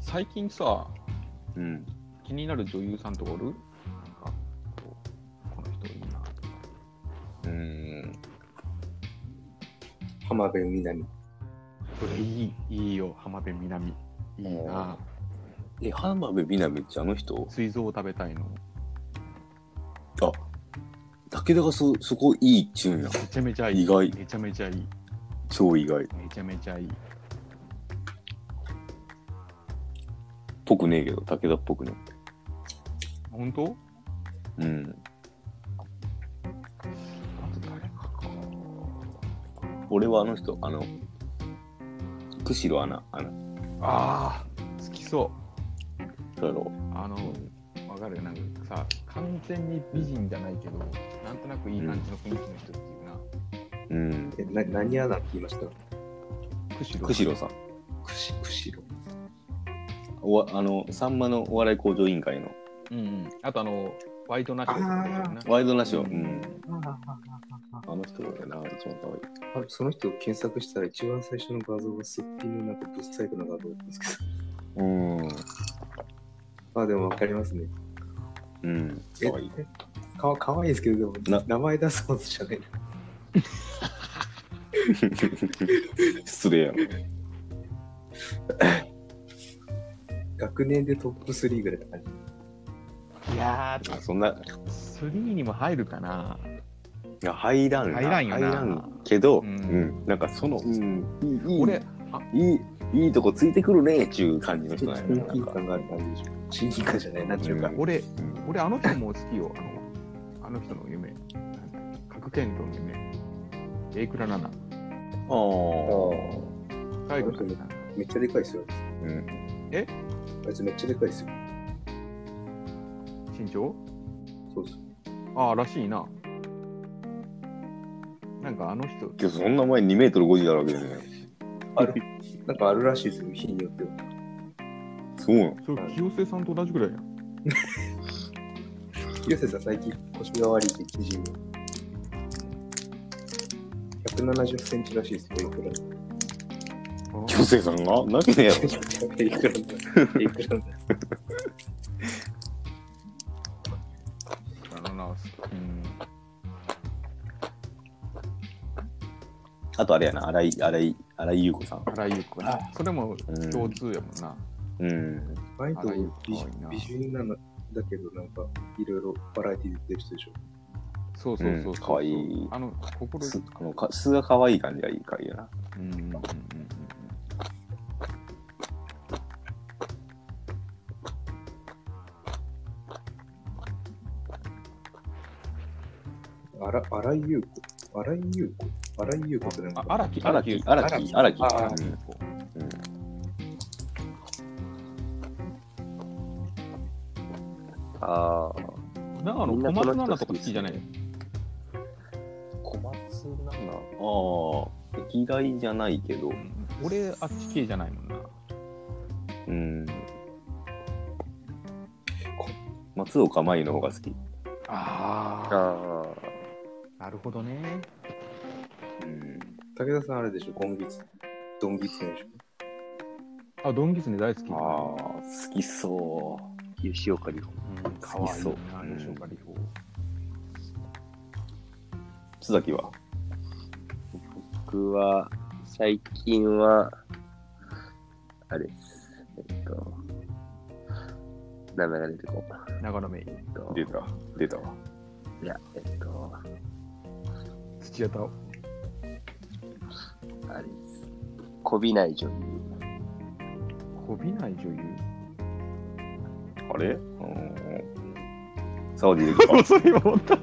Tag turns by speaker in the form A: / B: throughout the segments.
A: 最近さ、
B: うん。
A: 気になる女優さんとかおるなんか、こうこの人いいなとか。
B: うーん。浜辺美波。
A: それいい、いいよ、浜辺美波。いいな。
B: え、浜辺美波ってあの人
A: 水蔵を食べたいの。
B: あ、武田がそ、そこいいっちゅうんや
A: め。ちゃめちゃいい。
B: 意外
A: めちゃめちゃいい。
B: 超意外。
A: めちゃめちゃいい。
B: ぽくねえけど、武田っぽくね。
A: 本当
B: うん。
A: あと誰かか。
B: 俺はあの人、あの、釧路アナ、あの、
A: ああ、好きそう。
B: そうやろ。
A: あの、わかるよ、なんかさ、完全に美人じゃないけど、なんとなくいい感じの雰囲気の人っていうな。
B: うん。
C: え、な、何穴って言いました
A: 釧路。
B: 釧路さん。
C: くし、くしろ。
B: おわあの、さんまのお笑い向上委員会の、
A: うんうん。あとあの、ワイドナショーとかだよな。
B: ワイドナショー。
A: う
B: うんん。
C: あ
B: あの人やな、一番可愛い。
C: その人を検索したら一番最初の画像がすっぴんのなんかブッサイクな画像だったんですけ
B: うん。
C: ど。あ、でもわかり ますね。
B: うん。可愛い。
C: えかわかわいいですけど、でも
B: な
C: 名前出すことじゃない。
B: 失礼やろ。
C: 学年でトップ3ぐらいな感じ。
A: いやー、
B: あそんな、
A: 3にも入るかな。
B: いや入らんな
A: 入らんよな
B: 入らんけど、
A: う
B: うんんなんかその、うん、いい
A: 俺、
B: いいいいとこついてくるねっちゅう感じの人なんやななん
C: 親近
B: か、
C: 感がある感じでしょ。親近感じゃない、なんていうか。
B: うん
A: 俺、
B: うん
A: 俺あの人も好きよ。あの、あの人の夢。核剣道の夢。エイクラナナ。
B: あー
A: 海外の
C: めっちゃでかいですよ。
B: うん
C: あいつめっちゃでかいですよ。
A: 身長
C: そうです。
A: ああ、らしいな。なんかあの人、
B: けどそんな前2メートル50あるわけじゃない
C: ある、なんかあるらしいですよ、日によっては。
B: そうなの
A: それ清瀬さんと同じぐらいやん。
C: ヨセさん最近腰が悪いって記事に。170センチらしいですよ、いくら。
B: 京成さんがなけねえやろ
C: いくらだ。いくらだ。
A: あのな、うん。
B: あとあれやな荒井荒井荒井優子さん
A: 原由子な。それも
B: うん
A: 共通やもんな。
B: うん
C: バイト
A: あらゆる
C: 美
A: 可愛いな
C: 人美人なのだけど、なんか、いろいろバラエティー出てる人でしょ。
A: そうそうそうそう。
B: うんかわいい
A: あの、心、
B: すあのか素が可愛い感じがいいからいいよな
A: うんうんうんうんうん。
C: あら、あらゆうこ。あらゆうこ。あらゆうこってなん
A: あ
C: か、、
A: 荒木、
B: 荒木荒木荒木
C: 荒
B: うんうんああ
A: 長野、
B: みんな
A: 小松菜
B: この人
A: 奈とか好きじゃないよ。
B: 小松菜奈ああ嫌いじゃないけど
A: 俺、あっち系じゃないもんな。
B: うんこ松岡茉優の方が好き
A: あ
B: あ
A: あ。なるほどね。
B: うん
C: 武田さんあれでしょ、ゴンギツ。ドンギツネでし
A: あ、ドンギツネ大好き。
B: ああ好きそう吉岡里帆
A: うん、か
B: 好
A: わ
B: き
A: いい
B: そう
A: な、
B: うん
A: 吉岡里帆。
B: 須崎は
D: 僕は、最近は、あれです。えっと、名前が出てこない。
A: 長野メイ。
D: えっと、
B: 出た出たわ
D: いや、えっと、
A: 土屋太鳳。
D: あれです。こびない女優。
A: こびない女優。
B: あれうんサオディで か
A: それ今思った。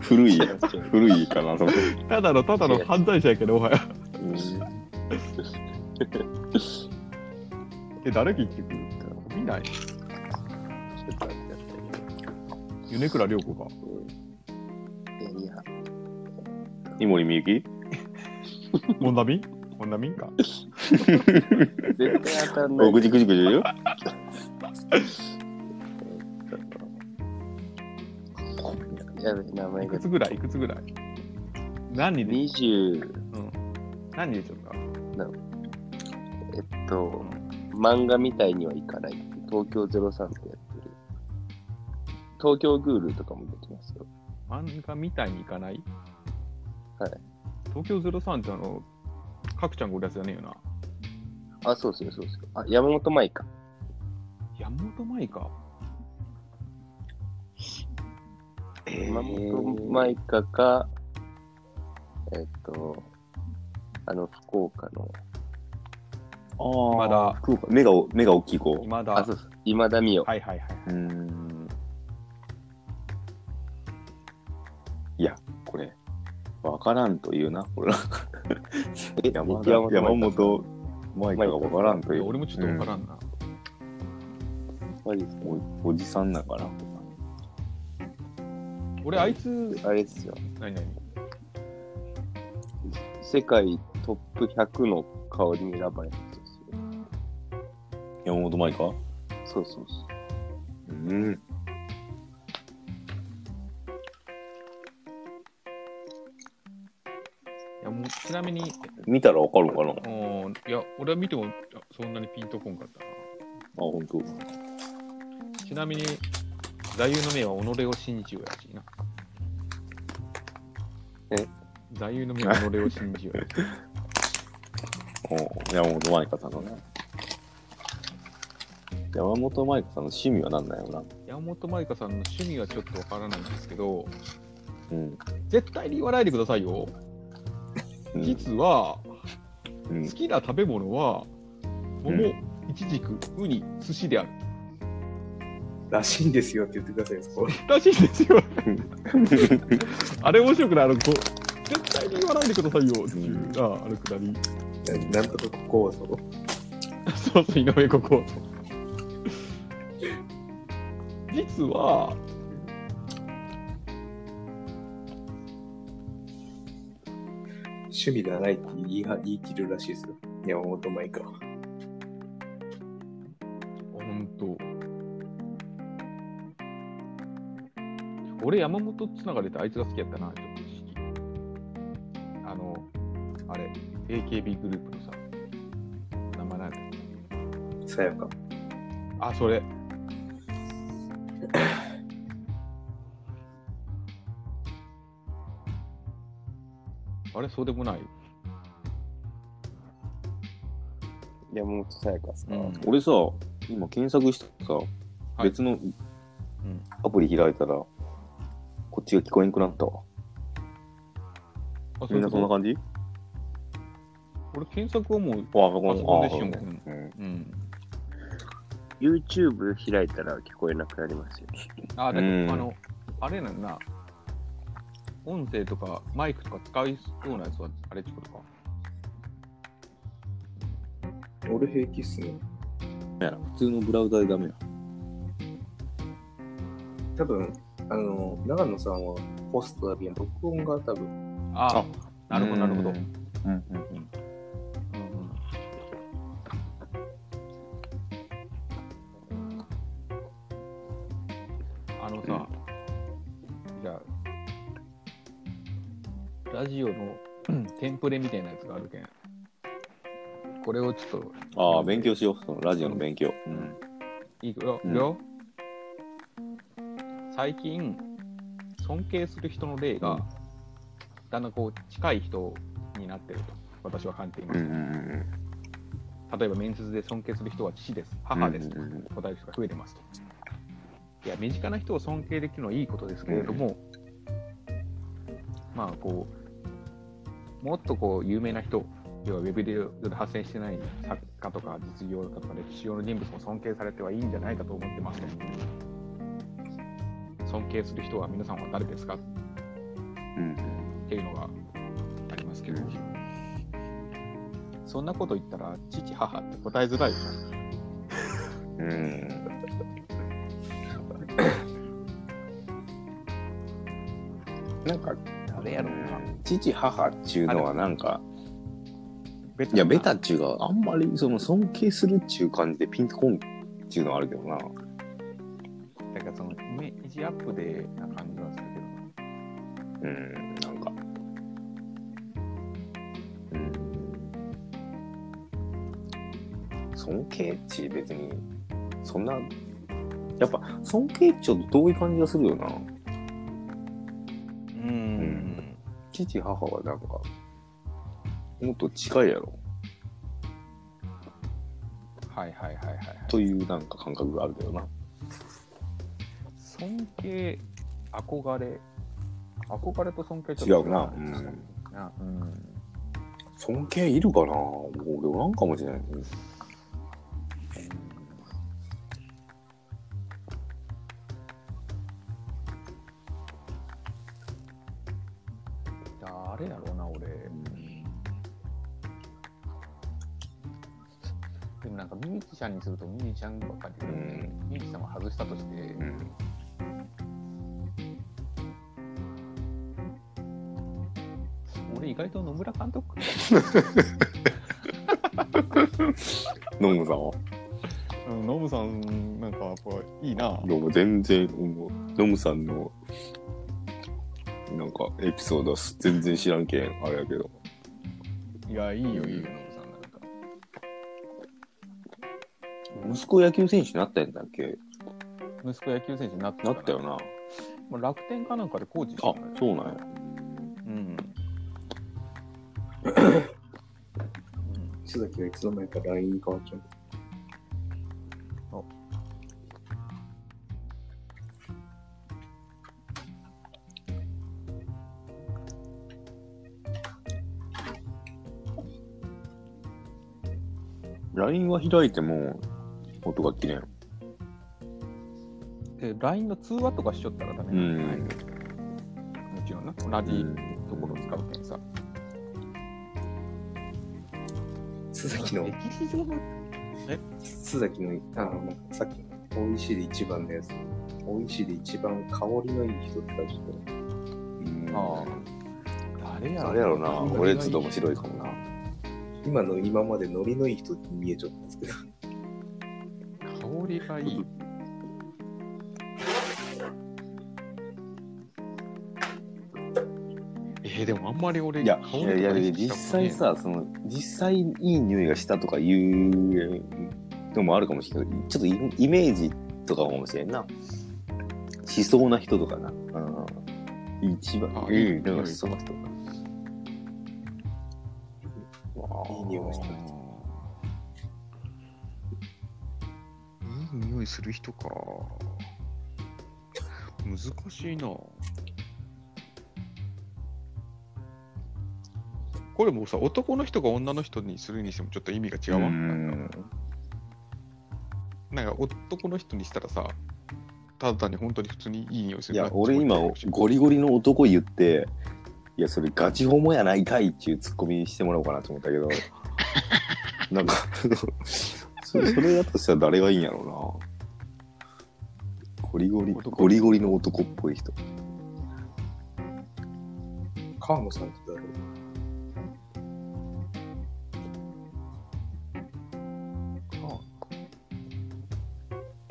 B: 古いや古いかなその
A: ただの、ただの犯罪者やけど、お前。え、誰結局こびない。
D: ちょっと待ってくださ
A: 米倉涼 子か。
D: いね。いや、
B: 井森美幸
A: 本田美本田美か。
D: 絶対当たんな
B: お
D: い。
B: ぐじぐじぐじよ
D: やべ、名前
A: い
D: が
A: くつ。ぐらいいくつぐらい何人で
D: 20、
A: 何人でしょうか
D: なえっと、漫画みたいにはいかない。東京03でやってる。東京グールとかもできますよ。
A: 漫画みたいにいかない
D: はい。
A: 東京03ってあの、かくちゃんがおるやつじゃねえよな。
D: あ、そうそうそうそう。あ、山本舞か。
A: 山本舞か。
D: 山本舞香か、えっと、あの、福岡の、
B: あ
A: まだ、
B: 福岡目が目が大きい子。
A: 今だ。
D: あ、そうそう、今田美桜。
A: はいはいはい。
B: うーん。いや、これ、わからんと言う な、俺ら。
D: え
B: 山
D: 山本
B: 田山本舞香がわからんと
A: い
B: い
A: や
B: う。
A: 俺もちょっとわからんな。
D: マジですか
B: おおじさんだから。
A: 俺、あいつ、
D: あれですよ。
A: 何何
D: 世界トップ100の顔に選ばれたんですよ。
B: 山本舞香
D: そうそうそう。
B: うん。
A: いやもうちなみに、
B: 見たらわかるかなあ、
A: うんいや、俺は見てもそんなにピンとこんかったな。
B: ほんと。
A: ちなみに、座右の銘は己を信じよやしいな。
D: え
A: 座右の銘は己を信じよやしい。
B: お山本舞香さんのね。山本舞香さんの趣味は何だよな。
A: 山本舞香さんの趣味はちょっとわからないんですけど、
B: うん。
A: 絶対に言わないでくださいよ。
B: うん
A: 実は、
B: う
A: 好
B: ん、
A: きな食べ物は、
B: うん
A: 桃、いちじく、ウニ、寿司である。
C: らしいんですよって言ってくださいよそこ
A: らしいです よ。あれ面白くないあの、こう絶対に言わないでくださいよっていう、ああ、あのくだり。
C: なんとかこうぞ。
A: そうそう、井上ここ。実は、
C: 趣味がないって言いは言い切るらしいですよ。山本舞香は。
A: 本当。俺、山本つながりであいつが好きやったな、ちょっと一時期あの、あれ、AKB グループのさ、名前なんだっけ
C: さやか。
A: あ、それ。あれ、そうでもない。
D: 山本さやかさん。
A: うん
B: 俺さ、今検索してさ、
A: い
B: 別の
A: ん
B: アプリ開いたら、こっちが聞こえんくなったわ。
A: あ、そうい
B: みん
A: う
B: な
A: こ
B: そんな
A: と
B: 感じ
A: 俺、検索はもう、
B: あ、そこ
A: あそこでしよ
B: あ
A: う。
B: そうねうん
A: うん。
D: YouTube 開いたら聞こえなくなりますよ。
A: あ、だけ
B: うん
A: ど、あの、あれなんだな、音声とかマイクとか使いようなやつは、あれってことか。
C: 俺平気っすね。
B: ダメや普通のブラウザでダメや。
C: 多分、あの、長野さんはホストだけど、録音が多分、
A: あなるほど、なるほど。
B: う
A: うん
B: んうん
A: うんあのさ、じゃあ、ラジオのうんテンプレみたいなやつがあるけん。これをちょっと、
B: ああ、勉強しよう。そのラジオの勉強。うん。
A: いくよ。
B: うん
A: いくよ最近、尊敬する人の例
B: うん
A: が、だんだんこう、近い人になってると、私は感じていま
B: う
A: す。
B: んうん
A: 例えば、面接で尊敬する人は父です、
B: うん。
A: 母ですと
B: うんうん
A: 答える人が増えてますと。いや、身近な人を尊敬できるのはいいことですけれども、まあ、こう、もっとこう、有名な人、要はウェブで発生してない作家とか実業家とか歴史上の人物も尊敬されてはいいんじゃないかと思ってますと。尊敬する人は皆さんは誰ですかっ
B: うん
A: ていうのがありますけど、そんなこと言ったら、父、母って答えづらい。
B: うんうん。なんか、
A: 誰やろうな。
B: 父、母っていうのはなんか、
A: ベタ
B: いや、ベタっちゅうか、あんまりその尊敬するっちゅう感じでピンとこんっていうのはあるけどな。
A: だからそのイメージアップでな感じはするけど
B: うん、なんか。うん。尊敬値別に、そんな、やっぱ尊敬値ちょっと遠い感じがするよな。
A: うん。
B: 父、母はなんか、もっと近いやろ。
A: はいはいはいはいはい。
B: というなんか感覚があるけどな。
A: 尊敬、憧れ。憧れと尊敬
B: 違うな。う
A: うん
B: ん。
A: な。うん。
B: 尊敬いるかな俺おらんかもしれない。
A: 誰やろうな、俺。でもなんかミュージシャンにするとミュージシャンばっかりで、
B: うん
A: ミュージシャンを外したとして、
B: うん。
A: 俺意外と野村監督
B: ノムさんは
A: うん、ノブさん、なんかやっぱいいな。
B: ノム全然、もうノムさんの、なんかエピソードは全然知らんけん、あれやけど。
A: いや、いいよ、いいよ、ノブさんなんか。
B: 息子野球選手になったんだっけ
A: 息子野球選手になった
B: なったよな。あ、
A: まあ、楽天かなんかでコーチして
B: そ
A: たのよ
B: うなんや。
A: うん。
C: 須崎がいつの間にか LINE に変わっちゃう。
B: LINE は開いても、音が綺麗。
A: で、LINE の通話とかしちゃったらダメ
B: う
A: なんだ
B: ん。
A: もちろんな。同じところ使うけんさ。
C: 須崎の、
A: 歴史上の、
C: 須崎の、あの、なんかさっきの、美味しいで一番のやつ。美味しいで一番香りのいい人って感じで。
B: うん
A: あ誰や
B: あれやろな。俺ちょっと面白いかもな。
C: 今の今までノリのいい人に見えちゃったんですけど。
A: 香りがいい。えー、でもあんまり俺、
B: いや、
A: 香
B: い
A: り
B: やいや
A: とか意識し
B: 実
A: たことねえ
B: 際、さ、その、実際いい匂いがしたとかいうのもあるかもしれないけど、ちょっとイイメージとかかもしれんな。しそうな人とかな。うん。一番
A: あ、
B: いい
A: いい
B: 匂いがしそうな人とか。
C: いい匂いしてる
A: いい匂いする人か。難しいな。これもうさ、男の人が女の人にするにしてもちょっと意味が違うわ。
B: うん
A: なんか男の人にしたらさ、ただ単に本当に普通にいい匂いす
B: い
A: るな
B: や
A: っ、て思っち
B: 俺
A: ゃう
B: 今
A: かもしれん、
B: ゴリゴリの男言って、いや、それガチホモやないかいっていうツッコミしてもらおうかなと思っ たけど、なんか、それそれだとしたら誰がいいんやろうな。ゴリゴリ、
A: 男
B: ゴリゴリの男っぽい人。
C: 川野さんって誰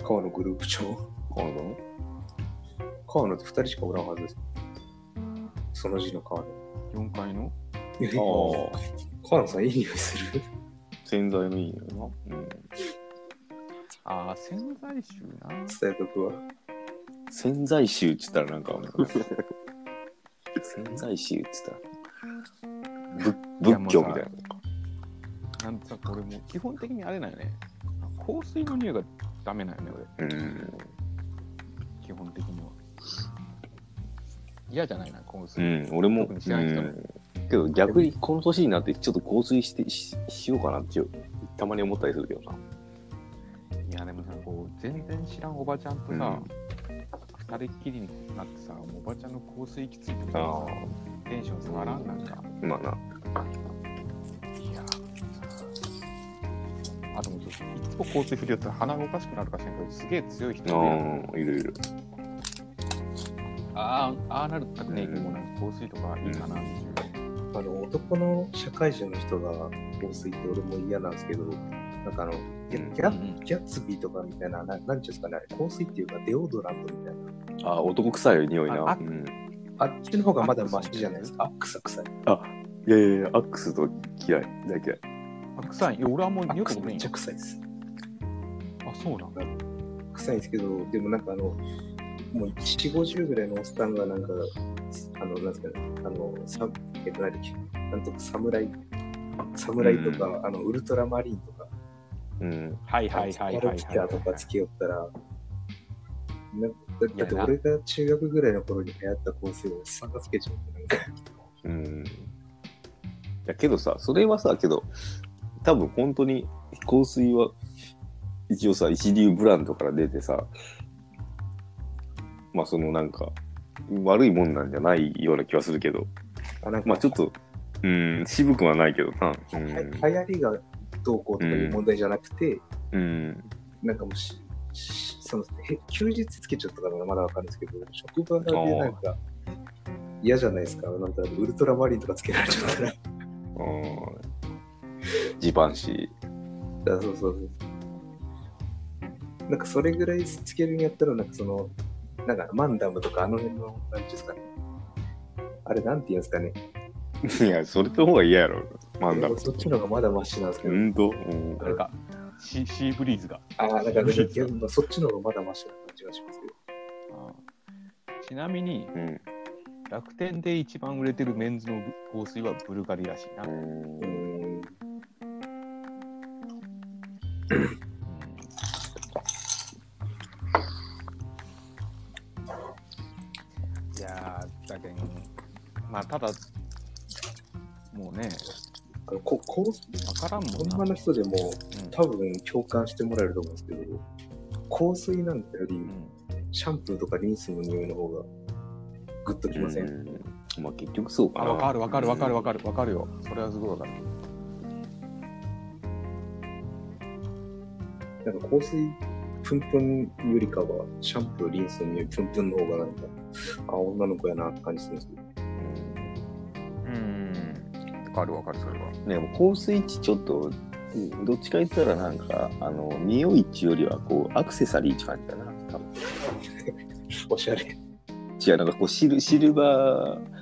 C: 川野グループ長
B: なるほど
C: 川野って2人しかおらんはずです。その字の川野。
A: 4階の
C: え
B: ああ、
C: 川野さんいい匂いする
B: 潜在のいいよな。うん。
A: ああ、潜在臭な。
C: 伝えとくわ。
B: 潜在臭って言ったらなんか、 潜在臭って言ったら、ぶ仏教みたいな。
A: なんてさ、これもう基本的にあれなんよね。香水の匂いがダメなんよね、俺。
B: うん。
A: 基本的には。嫌じゃないな、香
B: う
A: 水。
B: ん、俺も、
A: 特に知らん人
B: うんけど逆にこの年になってちょっと香水してししようかなってたまに思ったりするけどな。
A: いや、でもさ、こう、全然知らんおばちゃんとさ、二、人っきりになってさ、おばちゃんの香水きついとかさ、テンション下がらんなんか。
B: まあな。
A: いや。あともうちょっと、いつも香水振りよったら鼻がおかしくなるかしらんけど、すげえ強い人で、
B: うん、いるいる。
A: ああ、ああなるったくねえけど、もうなんか香水とかいいかなっていう。
C: あの、男の社会人の人が香水って俺も嫌なんですけど、なんかあの、ギャギャ
A: うん
C: ギャッツビーとかみたいな、ななんちゅうんですかね、あれ香水っていうかデオドラントみたいな。
B: あ、男臭い匂い
A: あ
B: な。
A: あ
B: うん、
C: あっちの方がまだマシじゃないですか。あ、臭臭い。
B: いやいやいや、アックスと嫌い。だけ。
A: あ臭い。いや、俺はもう
C: あ
A: 匂った
C: 臭
A: こ
C: い
A: とな
C: め
A: い
C: っちゃ
A: よ。
C: 臭いです。
A: あ、そうなんだ。
C: 臭いんですけど、でもなんかあの、もう4、50ぐらいのおっさんがなんか、あの、なんですかね、あの、さえっと、何だっけ、なんとか侍、侍とか、あの、ウルトラマリンとか、
B: うん。
A: はいはいはいはいはい。
C: キャーとかつけよったら、なだだって俺が中学ぐらいの頃に流行った香水をおっさんがつけちゃうなんか
B: うん。だけどさ、それはさ、けど、多分本当に香水は一応さ、一流ブランドから出てさ、まあそのなんか、悪いもんなんじゃないような気はするけど、
C: あなんか、
B: まあちょっと、うん、渋くはないけどな。う
C: はい
B: ん。
C: 流行りがどうこうとかいう問題じゃなくて、
B: うん。
C: なんかもうし、しそのへ休日つけちゃったからまだわかるんですけど、職場でなんか嫌じゃないですか、なんかウルトラマリンとかつけられちゃったら。 だ
B: うんジバンシー。
C: そうそうそう。なんかそれぐらいつけるんやったら、なんかその、なんかマンダムとかあの辺の、なんていうんですかね。あれなんて言うんですかね。
B: いや、それの方が嫌やろ。なんだろう。
C: そっちの方がまだマシなんですけ
B: う
C: ど。
B: んと。うん
A: なんか、シーシーブリーズが。
C: ああ、なんかなんかいやまあそっちの方がまだマシな感じがしますけど。
A: ちなみに、
B: うん。
A: 楽天で一番売れてるメンズの香水はブルガリらしいな。
C: うーん。
A: いやー、だけん、まあ、ただ、もうね、
C: あのここう
A: わからんもんな。
C: 女の人でも、
A: うん
C: 多分共感してもらえると思うんですけど、香水なんてより
A: う、ん
C: シャンプーとかリンスの匂いの方がグッときません。
B: うんまあ結局そうか
A: あ、
B: な。
A: わかるわかるわかるわ
B: る。
A: かるわかるよ。それはすごいわかる。
C: なんか香水プンプンよりかは、シャンプー、リンスの匂いプンプンの方がなんか、あ、女の子やなって感じするんですけど。
A: うん。わかるわかる、それは。
B: ね、もう香水地ちょっと、どっちか言ったらなんか、あの、匂いっちよりは、こう、アクセサリーって感じだな。多分
C: おしゃれ。
B: 違う、なんかこうシル、シルバー、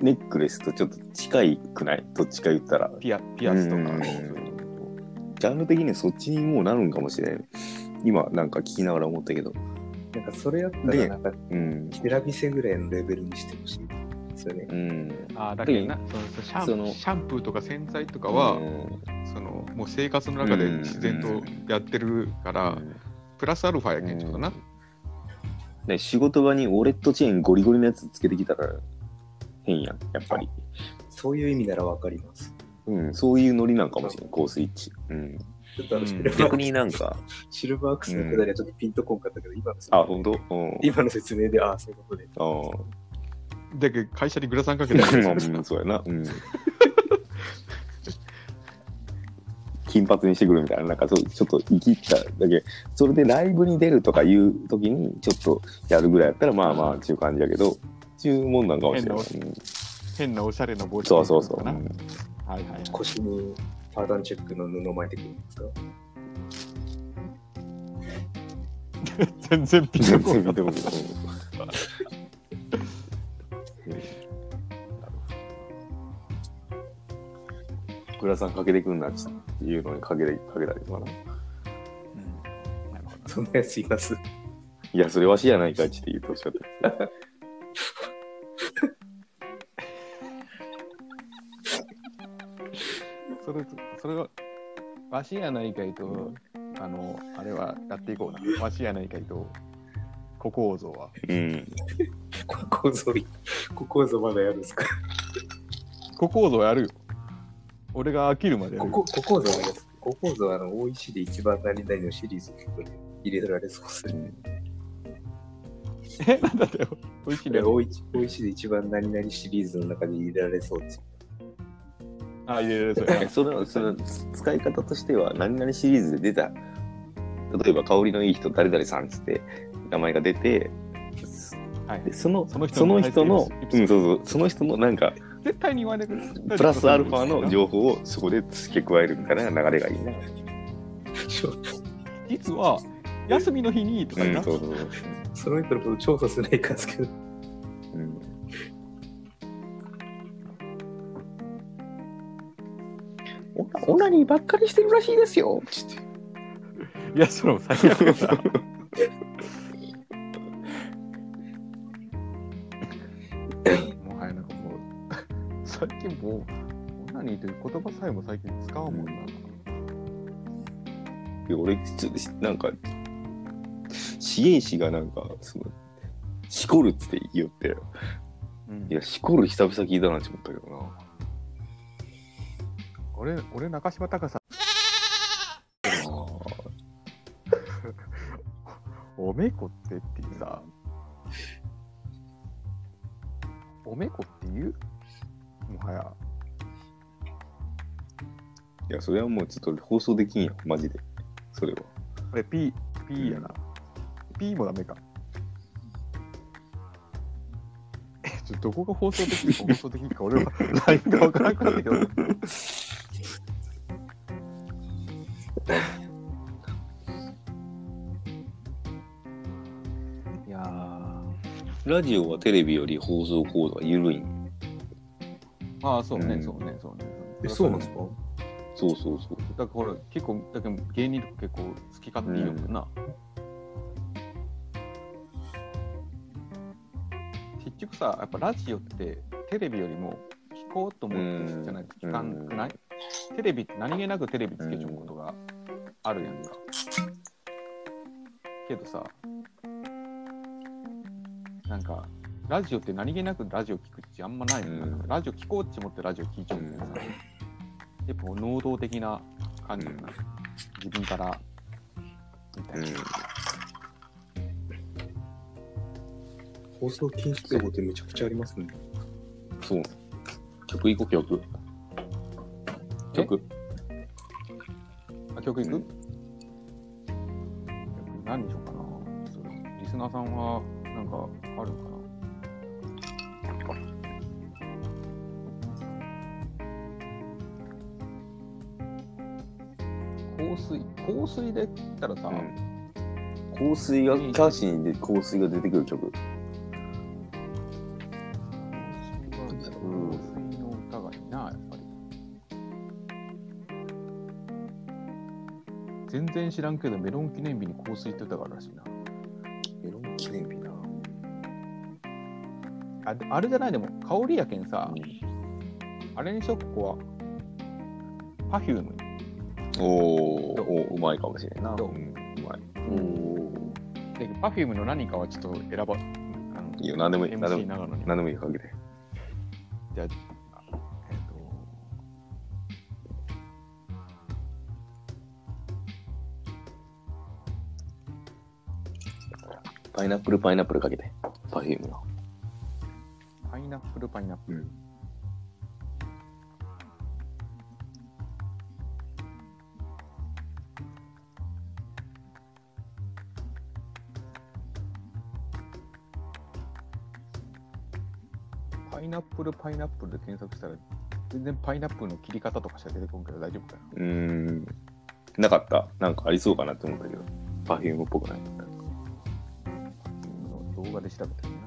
B: ネックレスとちょっと近いくないどっちか言ったら。
A: ピアピアスとか、
B: うん
A: そういう
B: ジャンル的にそっちにもうなるんかもしれん。今、なんか聞きながら思ったけど。
C: なんかそれやった
B: で
C: ら、なんか
B: うん。
C: 選びせぐらいのレベルにしてほしいですよね。
B: うん。
A: のああ、だけどな、そのそのシャン
B: その
A: シャンプーとか洗剤とかは、
B: うん
A: そのもう生活の中で自然とやってるから、プラスアルファやけんちょっとな。
B: ね、仕事場にオレットチェーンゴリゴリのやつつけてきたら変やん、やっぱり。
C: そういう意味ならわかります。
B: うん、そういうノリなんかもしれん、コースイッチ。うん、
C: ちょっとあの
A: うん
C: シルバー、
B: 逆になんか、
C: シルバーアクスのくだりはちょっとピンとこんかったけど、今の説
B: あ、ほんとうん。
C: 今の説明で、ああ、そういうことで。
B: あー
A: だけど会社にグラサンかけたり
B: まあうん、そうやな。うん。 金髪にしてくるみたいな、なんかそうちょっと生きっただけ、それでライブに出るとかいう時に、ちょっとやるぐらいやったら、まあまあ、っていう感じやけど、っていうもんなんかもしれない。うん
A: 変なおしゃれな帽子
B: そうそうそ
A: か
B: う。う
A: な。
B: ん
A: はいはいはい。
C: 腰にパーダンチェックの布巻いてくるんですか
A: 全然ピンと
B: 全
A: こな
B: 然
A: い
B: 見てもらえないグラさんかけてくんなっていうのにかけてかけたりとかな。
A: うんなるほど
C: そんなやついます。
B: いや、それわしやないかいって言うとおっしゃって。
A: それそれはわしやないかいと、あのあれはやっていこうなわしやないかいとここ像は
B: うん。
C: ここぞい、ここぞまだやるんですか
A: ここ像やるよ俺が飽きるまでや
C: こ
A: る
C: こ、ここぞはやるんですかここぞはあの、OEC で一番何々のシリーズの曲に入れられそうでする。
A: えなんだってよ美味しいね
C: OEC, OEC で一番何々シリーズの中に入れられそうです。
A: あいやいやそ
B: だか
A: れ
B: らそれはその使い方としては、何々シリーズで出た、例えば、香りのいい人、誰々さんっつって、名前が出て、
A: はい
B: でその
A: その人
B: その
A: の
B: 人の、
A: 入って
B: う
A: る
B: ん、そうそう、その人のなんか、
A: 絶対に言わないでくれ
B: プラスアルファの情報をそこで付け加えるみたいな流れがいいな。
A: 実は休みの日にとかにな、
B: そうそうそう。
C: その人のこと調査すないかんですけど、
B: うん、オナニーばっかりしてるらしいですよ。
A: いや、それも最悪だ。もはやなんかもう、最近もう、女にいて言葉さえも最近使わんもんな。
B: いや俺ちょっとなんか支援士がなんかそのしこるっつって言いよって
A: うん
B: いやしこる久々聞いたなって思ったけどな
A: 俺、俺、中島隆さん、おめこってっていうさ、おめこって言うもはや。
B: いやそれはもうちょっと放送できんやマジでそれは
A: これ P、P やな。P もダメか。え、ちょどこが放送できるか放送できるか、俺は LINE がわからなくなったけど。いやー、
B: ラジオはテレビより放送コードが緩いん
A: ああ、そうね、
B: うん
A: そうね、そうね。
C: え、そうなんですか
B: そうそうそう
A: だからほら、結構、だけど芸人とか結構好き勝手言いよくな。結局さ、やっぱラジオってテレビよりも聞こうと思ってじゃないと聞かんくない、テレビって何気なくテレビつけちゃうことがあるやんか。けどさ、なんか、ラジオって何気なくラジオ聞くっちあんまないのよ
B: うん
A: ラジオ聞こうっち思ってラジオ聞いちゃうんだよさ。やっぱ能動的な感じだな、自分からみたいな、
C: 放送禁止用語ってめちゃくちゃありますね。
B: そう曲いこう曲曲
A: あ曲いく、
B: うん
A: 曲何にしようかなそれリスナーさんはなんかあるかな香水香水で切ったらさ、
B: 香水がキャーシーにで香水が出てくる曲
A: 香水は香水の歌がいいな、やっぱり。全然知らんけど、メロン記念日に香水って歌があるらしいな。
B: メロン記念日な
A: あであれじゃない、でも、香りやけんさ、あれにしよう、ここは。パフューム。
B: おおーおうまいかもしれんな
A: ど
B: う
A: うん
B: うまい
A: で、パフュームの何かはちょっと選ば、あの
B: いいよ何でもいい何でも
A: MC
B: いい
A: 長野に。
B: 何でもいいかけて
A: じゃあ、えっ、
B: パイナップルパイナップルかけてパフュームの
A: と、パイナップル、パイナップル。パイナップル、パイナップルで検索したら、全然パイナップルの切り方とかしか出てこんけど大丈夫かな。
B: うーんなかったなんかありそうかなって思ったけどパフュームっぽくない
A: 動画で調べてみな。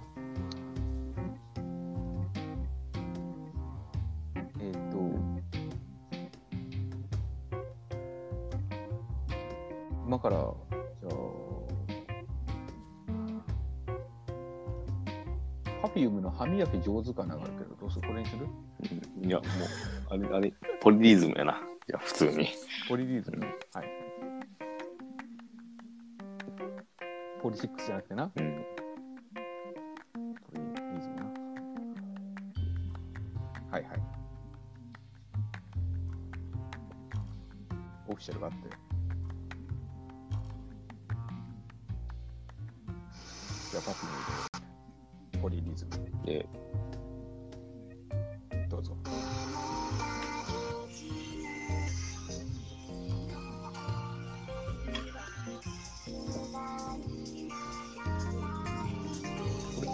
A: えっ、と、今から、じゃあ、パフュームの歯磨き上手かながあるけど、どうするこれにする
B: うんいやもうあれあれポリリズムやないや普通に
A: ポリリーズム、はい。ポリシックスじゃなくてな。
B: うん
A: これいいぞな。はいはい。オフィシャルがあって。じゃあ、パッと見るポリリズム、
B: で
A: どうぞ。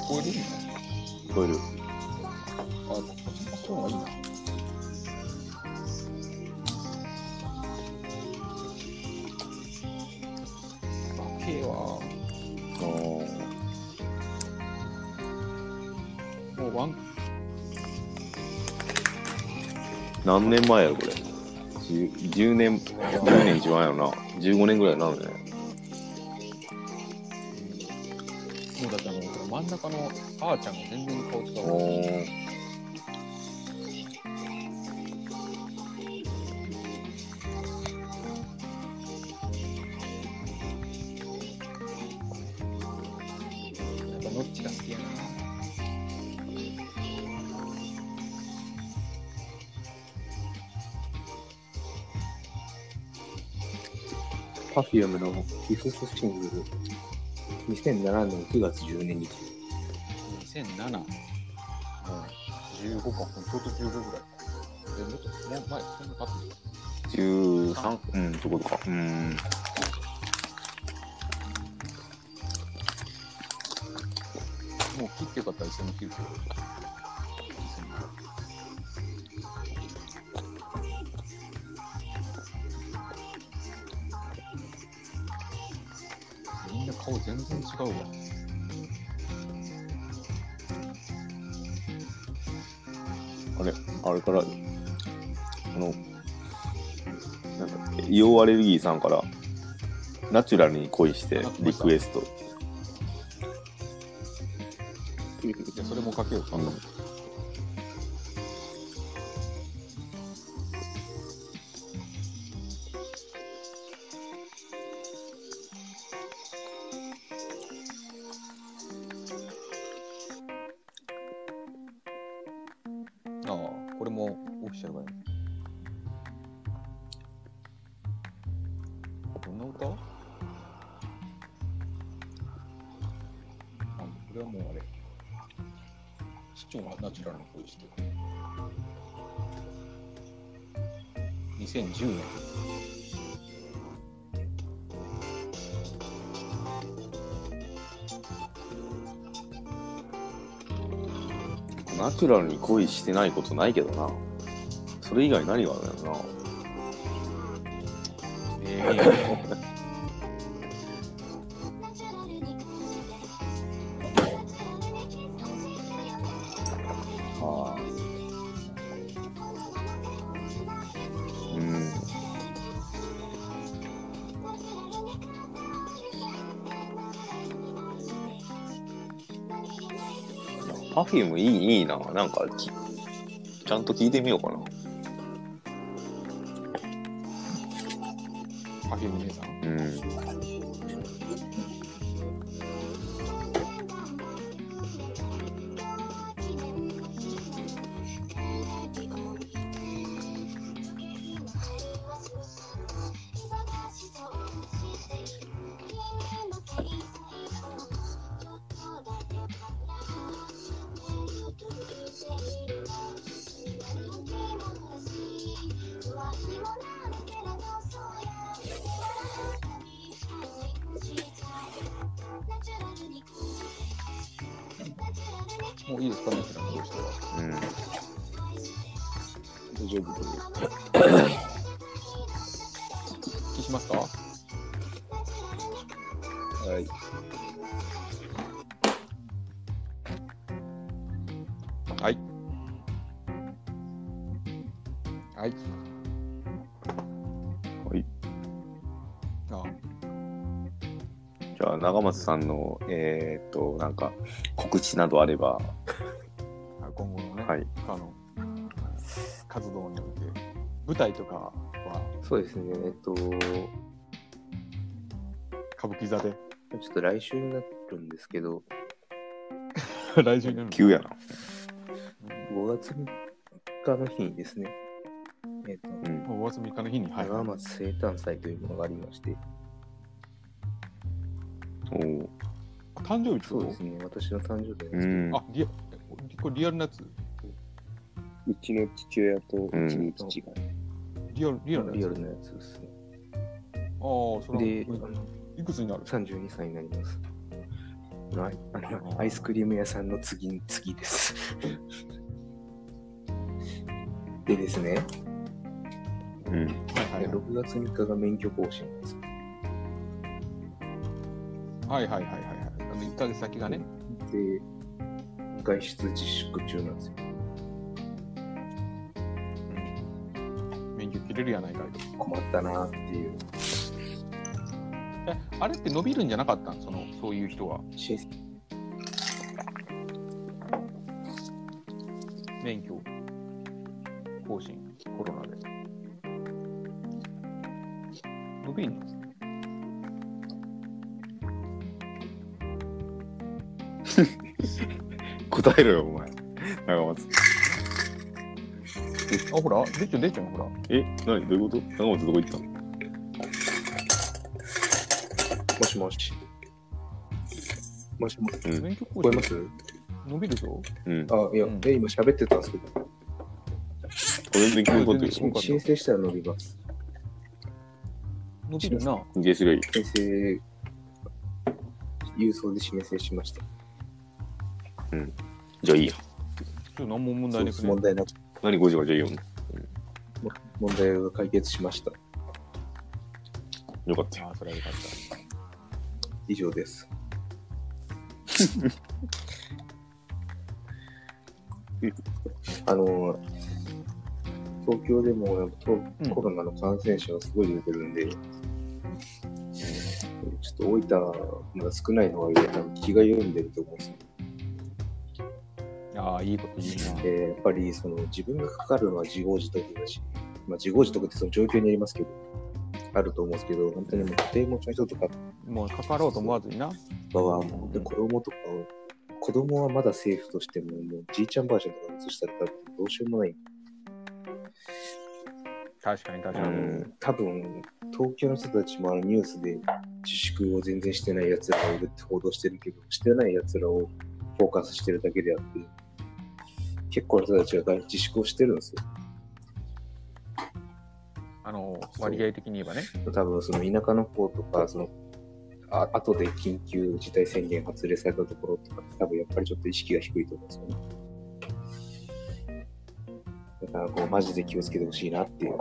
A: これ聞こえる
B: 聞こえる
A: あ、こっちの方がいいな。バケは、
B: あー
A: もうワン、
B: 何年前やろこれ 10, 10年、10年一番やろな。15年ぐらいになるね。
A: もうだってあの、真ん中のあーちゃんが全然顔違う。
B: おー
A: やっぱノッチが好きやな。
C: Perfume の Fifth シングル、2007年9月12日。
A: 2007。もう15か、ちょうど15ぐらい。え、もっと、もう前、そんな経ってる
B: 13? うん、ってことか。うん。
A: もう切ってよかったら一緒に切るけど。みんな顔全然違うわ。
B: あれ、あれから、あの、なんか、硫黄アレルギーさんから、ナチュラルに恋してリクエスト。
A: じゃあそれもかけようか。
B: うん
A: ああ、これもオフィシャルだよ。どんな歌あ、これはもうあれ。市長がナチュラルな声してる。2010年。
B: ナチュラルに恋してないことないけどな。それ以外何があるんだろ
A: ええ
B: うな。ああ。うん。パフュームいい、いいな。なんかき、ちゃんと聞いてみようかな。
A: パフィム姉さん。
B: うん。
A: もういいですか、ナチュラルな声しては。
B: うん。
C: 大丈夫です。
A: お聞きしますか
C: はい。
A: はい。はい。
B: はい。
A: あ
B: じゃあ、長松さんの、えーっと、なんか、告知などあれば、
A: あ、今後のね、
B: はい。
A: あの、活動において、舞台とかは
C: そうですね、えっと、ちょ
A: 歌舞伎座で
C: っと来週になるんですけど、
A: 来週になるの
B: 急やな。
C: 5月3日の日にですね、えっと、
B: うん。
A: もう5月3日の日に、はい。
C: 長松生誕祭というものがありまして、
B: おー
A: 誕生日って
C: そ
A: こ
C: う
A: と
C: ですね、私の誕生
B: う
C: 日なんです
B: ん。
A: あ、リア、これリアルなやつ
D: うちの父親とうちの父が、
A: リアル、リ
C: け
A: ア
C: ど、
A: ルなやつ
C: リアルなやつですね。
A: ああ、それ
C: で
A: は、いくつになる
C: 32歳になります。ああのアイスクリーム屋さんの次に次です。 でですね、
B: うん。
A: はいはい
C: 6月3日が免許更新です。
A: はいはいはいはいはい。あの、1ヶ月先がね、
C: で、外出自粛中なんですよ。
A: 免許切るれるやないかいと。
C: 困ったなっていう
A: えあれって伸びるんじゃなかったんそのそういう人は
C: 申請
A: 免許更新コロナで伸びんの
B: 答えろよ、お前。長松。
A: あほら出ちゃう出ちゃうほら
B: え、何どういうこと長松どこ行ったの
C: もしもし。もしもし。聞
A: 免許更
C: こえ
A: 新
C: ます
A: 伸びるぞ
B: うん。
C: あ、いや、
A: うん
C: え、今喋ってたんですけど、
B: 全然聞こえとる
A: そう
B: よ。
A: か
C: 申請したら伸びます。
A: 伸びるな
B: 原子がいい。
C: 申請、郵送で申請しました。
B: じゃあいいや。
A: ちょっと何も問題なく
C: そう
A: ね
C: 問題なく、
B: 何5時はじゃあいいよ。
C: 問題が解決しました。
B: よかったよ。
A: ああそれはよかった
C: 以上 です。あの、東京でもやっぱと
A: うん
C: コロナの感染者がすごい出てるんで、ちょっと大分、まだ少ないのはいえ、多分気が緩んでると思うんですよ。
A: ああいいこと言うな
C: でやっぱりその自分がかかるのは自業自得だし、まあ、自業自得ってその状況によりますけど、あると思うんですけど、本当にもう家庭持ちの人とか
A: もうかかろうと思わずにな
C: とかは、もう本当に子供とかを、子供はまだセーフとしても、もうじいちゃんばあちゃんとかに移したら多分どうしようもない。
A: 確かに確
C: あ
A: かに、
C: の多分、東京の人たちもあのニュースで自粛を全然してない奴らがいるって報道してるけど、してない奴らをフォーカスしてるだけであって、結構の人たちが自粛をしてるんですよ。
A: あの
C: そう
A: 割合的に言えばね
C: 多分その田舎の方とか、そのあ後で緊急事態宣言発令されたところとか、多分やっぱりちょっと意識が低いと思うんですよね。だからこう、マジで気をつけてほしいなっていう。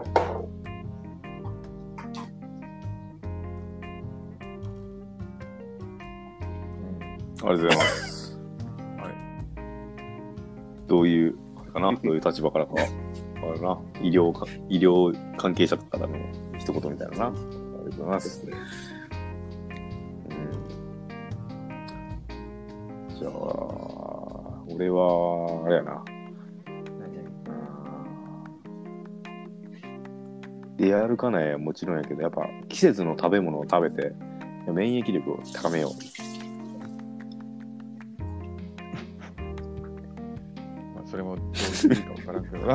B: ありがとうございます。
A: はい
B: どういう、あれかな、どういう立場からか、あれな、医療か、医療関係者からの一言みたいなな。ありがとうございます。うんじゃあ、俺は、あれやな。出歩かないはもちろんやけど、やっぱ季節の食べ物を食べて、免疫力を高めよ
A: まあ、それもどういう意味か分からんけど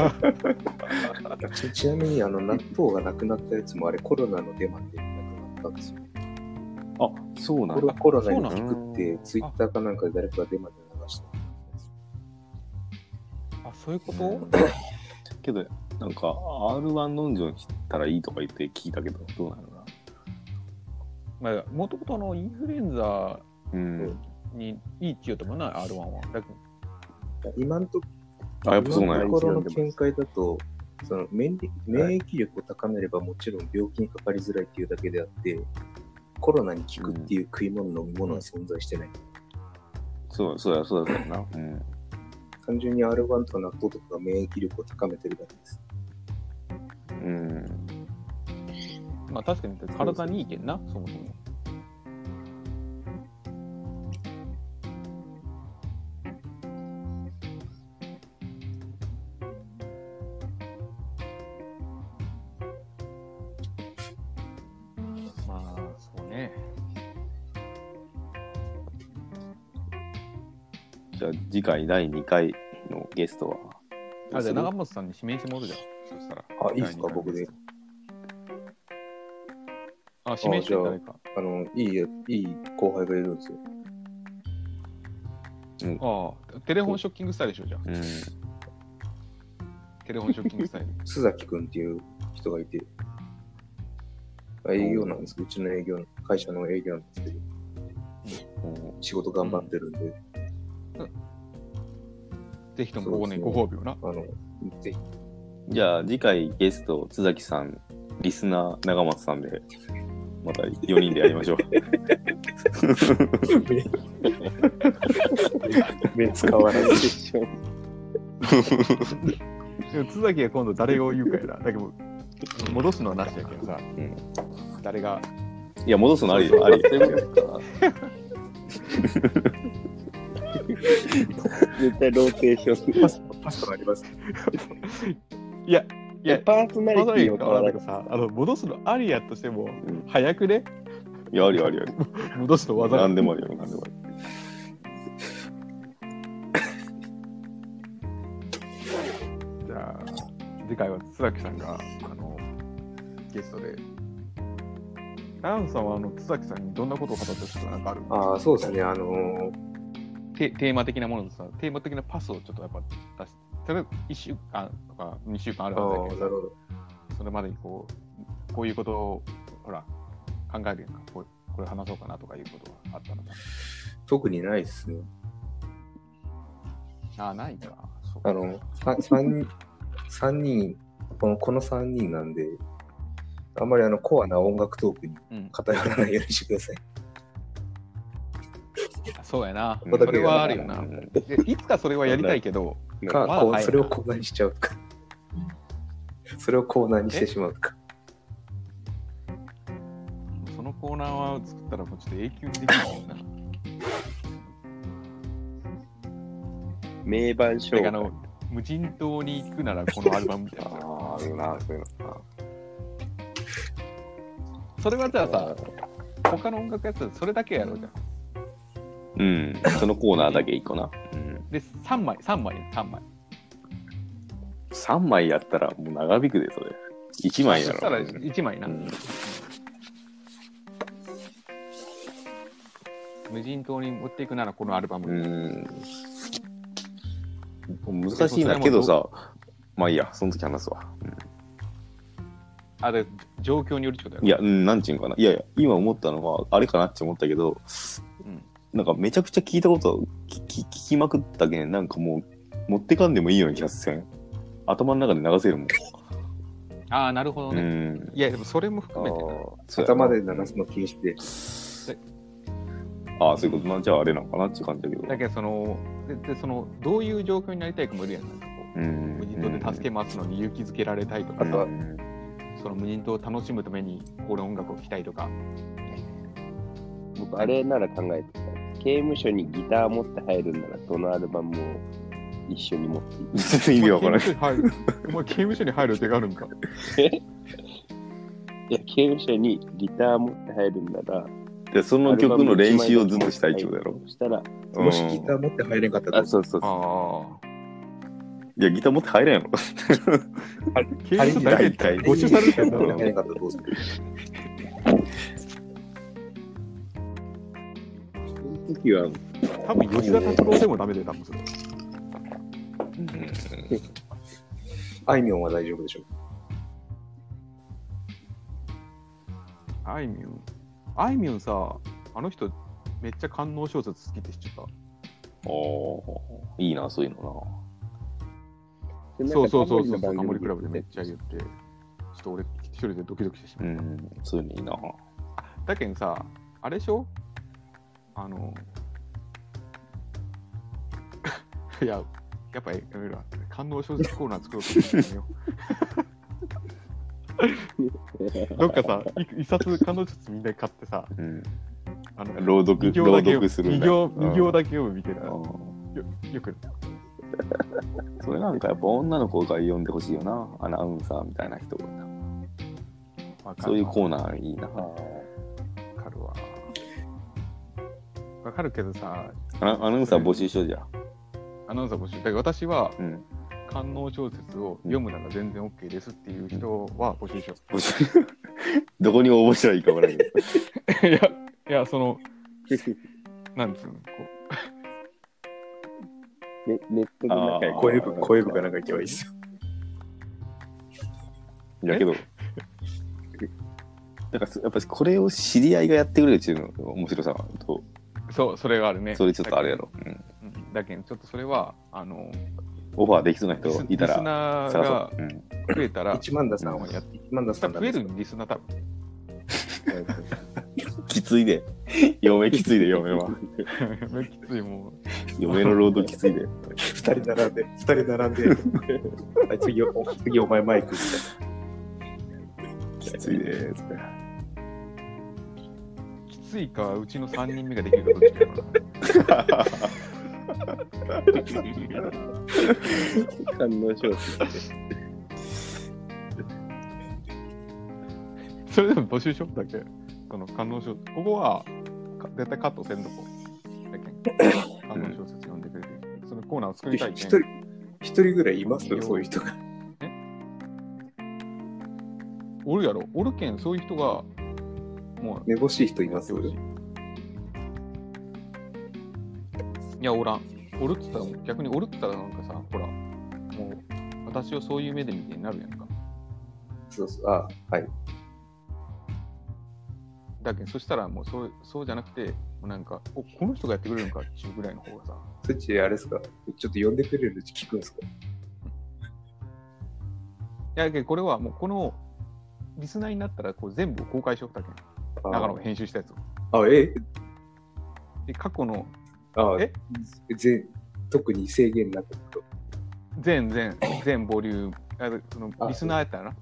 A: な
C: ちちなみに、あの、納豆がなくなったやつも、あれコロナのデマでなくなったんですよ。
B: う。あ、そうなん
C: コ
B: だ。
C: ロコロナに
A: そうな
B: の
C: 聞くって、ツイッターかなんかで誰かがデマで流した。
A: あそういうこと、
B: けど、なんか、R1 のんじょんしたらいいとか言って聞いたけど、どうなのかな。
A: まあ、もともとのインフルエンザ
B: うん。
A: にいいって言うともない、R1 は。だけど
C: 今んと
B: あ、やっぱそう
C: 今
B: なんや
C: のと。ころの見解だと、その免疫免疫力を高めればもちろん病気にかかりづらいっていうだけであって、コロナに効くっていう食い物、飲み物は存在してない。
B: そうそうや、そうや、そうやな。うん。
C: 単純に R1 とか納豆とかが免疫力を高めてるだけです。
B: うん。
A: まあ、確かに体にいいけんな、そもそも。まあ、そうね。
B: じゃあ、次回第2回のゲストは。
A: あ、じゃあ、
B: どう
A: 長本さんに指名してもらうじゃん。そしたら。
C: あ、いいですか、
A: 第二回
C: 僕で。
A: あ、指名して誰か。
C: あの、いいや、いい後輩がいるんですよ。
A: ああ、テレフォンショッキングスタイルでしょ、じゃ
B: する
A: あ。テレフォンショッキングスタイ ル。
C: 須崎くんっていう人がいて、あ営業なんです。うちの営業の、会社の営業なんですけど、
B: うん。うん
C: 仕事頑張ってるんで、
A: ぜひともご,、ね、ご褒美をな。
C: あの、ぜひ、
B: じゃあ、次回ゲスト、津崎さん、リスナー、長松さんで、また4人でやりましょう。
C: 目使わない
A: でも津崎が今度誰を言うかやな。だけど、戻すのはなしやけどさ、
B: ん
A: 誰が
B: いや、戻すのありよ、あり
D: そういうことか。絶対ローテーション。
C: パスとあります。
A: いやいや
D: パーソナリ
A: ま
D: テ
A: だいい
D: ィを
A: か
D: 変
A: わ
D: わ
A: らん
D: ら
A: けどさあの戻すのありやとしても、
B: ん
A: 早くね
B: いや、ありよ、ありよ。ありよ
A: 戻すの技が
B: 何でもありよ、何でもありよ。
A: じゃあ次回は津崎さんがあのゲストでランさんはあの津崎さんにどんなことを語ってほしいとかなんかある
C: ああ、そうですね。あの
A: テテーマ的なものでさテーマ的なパスをちょっとやっぱ出し例えば1週間とか2週間ある
C: ああ
A: はずだけ
C: なる
A: ど
C: ほど。
A: それまでにこうこういうことをほら考えるやんかこうこれ話そうかなとかいうことがあったのか
C: 特にないですね。
A: ああないかそう
C: あの、さ三 三人、このこの3人なんで、あんまりあのコアな音楽トークに
A: うん、
C: 偏らないようにしてください。
A: そうやな
C: こ
B: こ
C: こだ
A: そ
C: け
A: れ
C: が
A: はあるよなでいつかそれはやりたいけど
C: か、
A: まだ早いう
C: こ
A: な
C: それをコーナーにしちゃうか。それをコーナーにしてしまうか。
A: そのコーナーは作ったらもうちょっと永久にできないもんな
D: 名盤賞
A: てかあの無人島に行くならこのアルバムみたいな
B: ああ、あるな、そういうの。
A: それはじゃあさ他の音楽やつそれだけやろうじゃん
B: うん、そのコーナーだけ一個な。うん、
A: で3枚3枚3枚
B: 3枚やったらもう長引くで、それ。1枚や
A: そしたら
B: ろ。
A: 1枚な、
B: うん
A: 無人島に持っていくならこのアルバム、
B: うん。難しいんだけどさ、まあいいや、その時話すわ。
A: あで状況によるってことやろ
B: いや、うん、なんちゅうんかな。いやいや、今思ったのは、あれかなって思ったけど、
A: うん
B: なんかめちゃくちゃ聞いたこと、聞き聞きまくったけん、なんかもう、持ってかんでもいいような気がせん。頭の中で流せるもん。
A: ああなるほど
B: う
A: ね、
B: ん。
A: いやでもそれも含めてな
B: そうやな
C: 頭で流すの禁止で。
B: ああ、そういうことな。じゃああれなのかなっていう感じだけど。
A: だけどそのででそのどういう状況になりたいかもいるやんなんかこう
B: うん。
A: 無人島で助け回すのに勇気づけられたいとか
B: あと
A: さ
B: は、、 うん
A: その無人島を楽しむためにこの音楽を聴きたいとか
D: 僕、あれなら考えてた。刑務所にギター持って入るんなら、どのアルバムを一緒に持っていく
B: 意味わから な
A: い
B: い。
A: お前刑務所に入る手があるんか
D: いや、刑務所にギター持って入るんなら、
B: で、その曲の練習をずっとしたいってことやろ。
D: そした
B: う
D: ら、
B: ん
C: もしギター持って入れんかったら
D: あ、、そうそうそう。
A: ああ
B: いや、ギター持って入れんや ろ。
A: 刑務所だけ
B: 仮に
A: ご
B: 一
A: 注射されてんだ
B: う
C: 入
B: ん
C: れんかったらどうする
D: その時は、
A: 多分吉田拓郎でもダメで多分それ
C: あいみょんは大丈夫でしょう。
A: あいみょんあいみょんさあの人めっちゃ官能小説好きって知っちゃっ
B: おーいいな、そういうの
A: た
D: なんか
A: そうそうそうそう
D: タ
A: タ
D: モ
A: モ
D: リ
A: リク
D: クラ
A: ラ
D: ブ
A: ブ
D: で
A: でめっ
D: めっち
A: ち
D: ゃ
A: ゃ
D: 言
A: 言
D: う
A: ってちょっと俺一人でドキドキしてしま
B: な。
A: う
B: う、
A: ん
B: そういうのいいな。
A: だけどさあれでしょあの いややっぱやめるわ感動小説コーナー作ろうと思ってた よどっかさい一冊感動小説みんな買ってさ
B: うん、
A: あの
B: 朗読、
A: 二行
B: 朗
A: だけ
B: 読する
A: 二
B: んだよ
A: 行二行だけ読むみたいな
B: う
A: よ
B: ん
A: よく
B: それなんかやっぱ女の子が呼んでほしいよな、アナウンサーみたいな人が。
A: わかる
B: そういうコーナーいいな。
A: わかるわわかるけどさ
B: アナアナウンサー募集しようじゃん。
A: アナウンサー募集だけど私は
B: うん。
A: 官能小説を読むなら全然 OK ですっていう人は募集しよう
B: 募集 どこに応募したらいいか分からんけど。
A: いや、いや、そ の、なんつうの、こ
D: ねネットの中
B: あ
D: に
B: ー
C: 声部、声部かなんか行けばいいですよ。
B: だけど、だからやっぱりこれを知り合いがやってくれるっていうのが面白さと、
A: う、そう、それがあるね。
B: それちょっとあれやろ。う
A: う
B: ん、
A: ん。だけど、ちょっとそれは、あの、
B: オファーできそうな人
A: リス
B: いた
A: リス
B: ら、
A: ナー
B: 探そ
A: が
B: う。うん
A: 増えたら、
C: 一万田さんは
A: や
C: や
A: っ
C: 一万田さん
A: 増えるリスナー多分。
B: きついで。嫁きついで、嫁は。
A: めっきついもう。
B: 嫁の労働きついで。
C: 二人並んで、二人並んで、あいつ次お次お前マイクみたい
B: きついです。
A: きついか、うちの3人目ができるかどっちかやからな。
D: 感動しますね。
A: それでも募集しようだけ。その観音小説。ここはか絶対カットせんとこ。だ けん観音小説読んでくれて。そのコーナーを作りたいけ
C: 一
A: ん
C: 人、一人ぐらいいますよ、そういう人が。
A: おるやろ。おるけん、そういう人が、も、
C: めぼしい人いう
A: や
C: ま
A: っ
C: す
A: てほしい。いや、おらん。おるっつったら、逆におるっつったらなんかさ、ほら、もう、私をそういう目で見てになるやんか。
C: そうそう。あ、はい。
A: だけどそしたらもうそうそうじゃなくてもうなんかおこの人がやってくれるのかっていうぐらいの方がさ
C: そっち、あれですかちょっと呼んでくれるうち聞くんですか
A: いやだけどこれはもうこのリスナーになったらこう全部公開しようだけん
C: あ
A: 長野が編集したやつを
C: あ、え
A: で過去の
C: あ
A: え
C: 全特に制限なく
A: 全全全ボリュームあその
C: あ
A: リスナーやったらな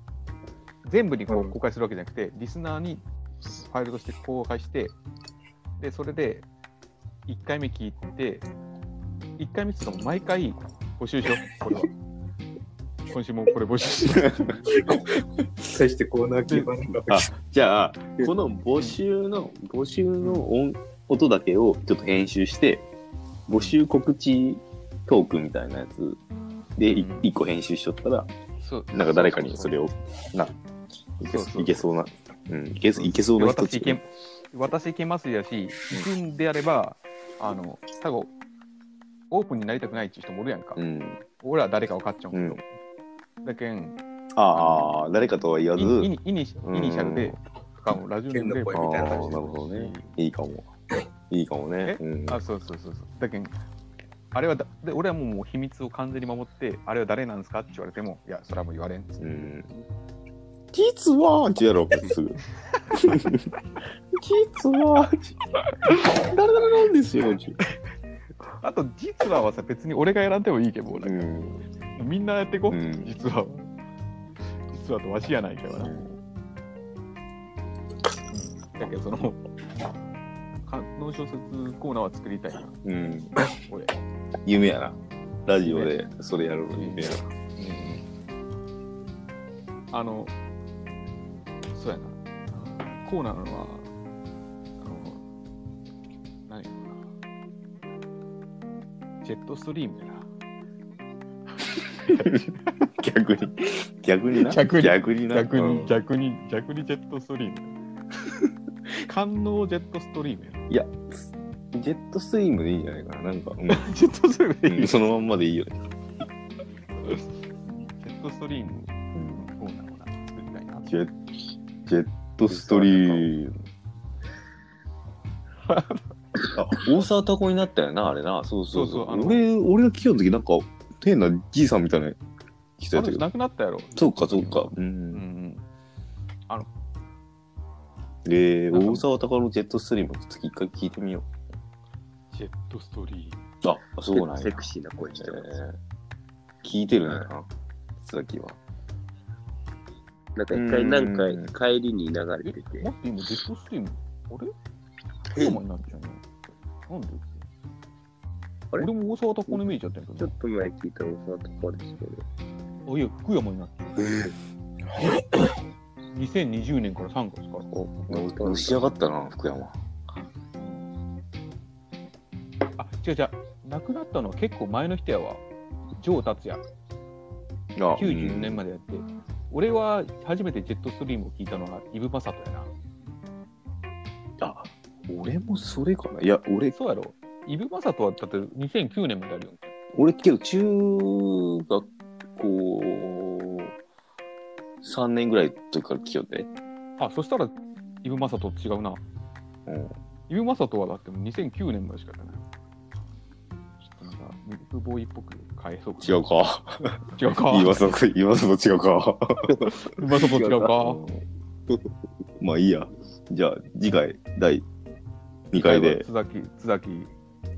A: 全部にこ
C: う
A: うん公開するわけじゃなくてリスナーにファイルとして公開してでそれで1回目聞いて1回目っていうかもう毎回募集しよう これは今週もこれ募集しよう
C: 対してコーナー決まる
B: あじゃあ、この募集の、募集の音音だけをちょっと編集して、募集告知トークみたいなやつでい
A: うん
B: 一個編集しとったら、
A: そう
B: なんか誰かにそれを、な、いけ
A: そうそう
B: いけそうな、うん、いけそういけそうな人
A: 私いけ私いけますやし行くんであればあの多分オープンになりたくないっていう人もおるやんか、
B: うん。
A: 俺は誰か分かっちゃう
B: うんん
A: け。ど、だけん
B: ああ、誰かとは言わ
A: イ
B: ず、
A: イニイニシ
B: うん
A: イニシャルでしかもラジオネームで
C: 剣
B: ああ、
C: の声みたいな
B: なる
C: 感じで
B: ほどね。いいかも。いいかもね。うん、
A: あそうそうそうそうだけんあれはだで俺はもうもう秘密を完全に守ってあれは誰なんですかって言われてもいやそれはもう言われんっつって
B: うん。実はってやろう、すぐ。実は誰々なんですよ、って
A: あと実ははさ別に俺が選んでもいいけどもうなん
B: う
A: か
B: ん。
A: みんなやってこ、う
B: うん
A: 実は実はとわしやないからなだけどその観音小説コーナーは作りたいな
B: うん。
A: 俺、
B: 夢やな。ラジオでそれやるの夢や
A: あのそうやなあのコーナーのはあの何かなジェットストリームやな
B: な。逆に。逆にな。
A: 逆に
B: 逆にな。
A: 逆に、
B: うん
A: 逆に逆にジェットストリ ーム観音ジェットストリームや
B: いや、ジェットストリームでいいんじゃないかな。なんか、うん
A: なジェットストリームでいい
B: うん、そのまんまでいいよね。
A: ジェットストリームのコーナーをな作りたいな
B: ジェジェットストリーム。あ、大沢たこになったよな、あれな。そうそうそ
A: そう
B: う。
A: そうあの
B: 俺、俺が聞いた時なんか、変なじいさんみたいな人や
A: あ
B: った
A: れ
B: けど。
A: なくなったやろ
B: そうか、そうか。う。
A: うんん
B: えー、
A: なんか
B: 大沢たこのジェットストリーム、ちょっと一回聞いてみよ
A: ジェットストリーム
B: う。あ、そうなんや。
D: セクシーな声してます。
B: えー聞いてるんやな、須崎は。
D: なんか一回なんか
B: うん
D: 帰りに流れて
A: え
D: て
A: 待、って今ジェットストリームあれテーマになっちゃうねなんで
D: あれ
A: 俺も大沢たこのイメージだったんやけ
D: ちょ
A: ど
D: っと前聞いた大沢とこですけど、
A: あいや福山になってる2020年 から3月から
D: お
B: のし上がったな、福山。
A: あ違う違う亡くなったのは結構前の人やわ城達也
B: あ
A: 94年までやって、俺は初めてジェットストリームを聞いたのはイブ・マサトやな
B: あ、俺もそれかな。いや、俺、
A: そうやろイブ・マサトはだって2009年まであるよ
B: 俺けど中学校3年ぐらいの時から来よって。
A: あそしたらイブ・マサトと違うな
B: うん。
A: イブ・マサトはだってもう2009年までしかやってないちょっとなんかミルクボーイっぽく変えそう
B: 違うか。
A: 違うか
B: 今その、今その違うか。
A: イブ・マサト違うか
B: まあいいや。じゃあ次回第2回で
A: 津崎津崎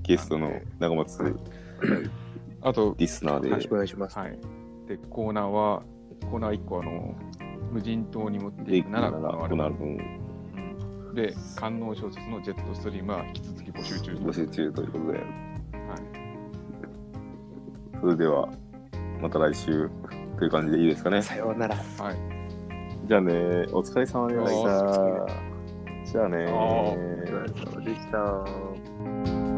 B: ゲストの中松
A: あと
B: リスナー
C: よろし
B: で
C: くお願いします。
A: はいでコーナーはコーナー1個あの無人島に持って
B: で
A: い
B: 行
A: く
B: く
A: な
B: なら
A: ら
B: 行
A: 行
B: な
A: わ
B: る
A: れ
B: 分
A: るで官能小説のジェットストリームは引き続き募集中
B: 募
A: です、
B: 集中ということで
A: はい、
B: それではまた来週という感じでいいですかね
C: さようなら。
A: はい。
B: じゃあねお疲れ様でしたじゃあね
A: お
D: お疲れ様でした。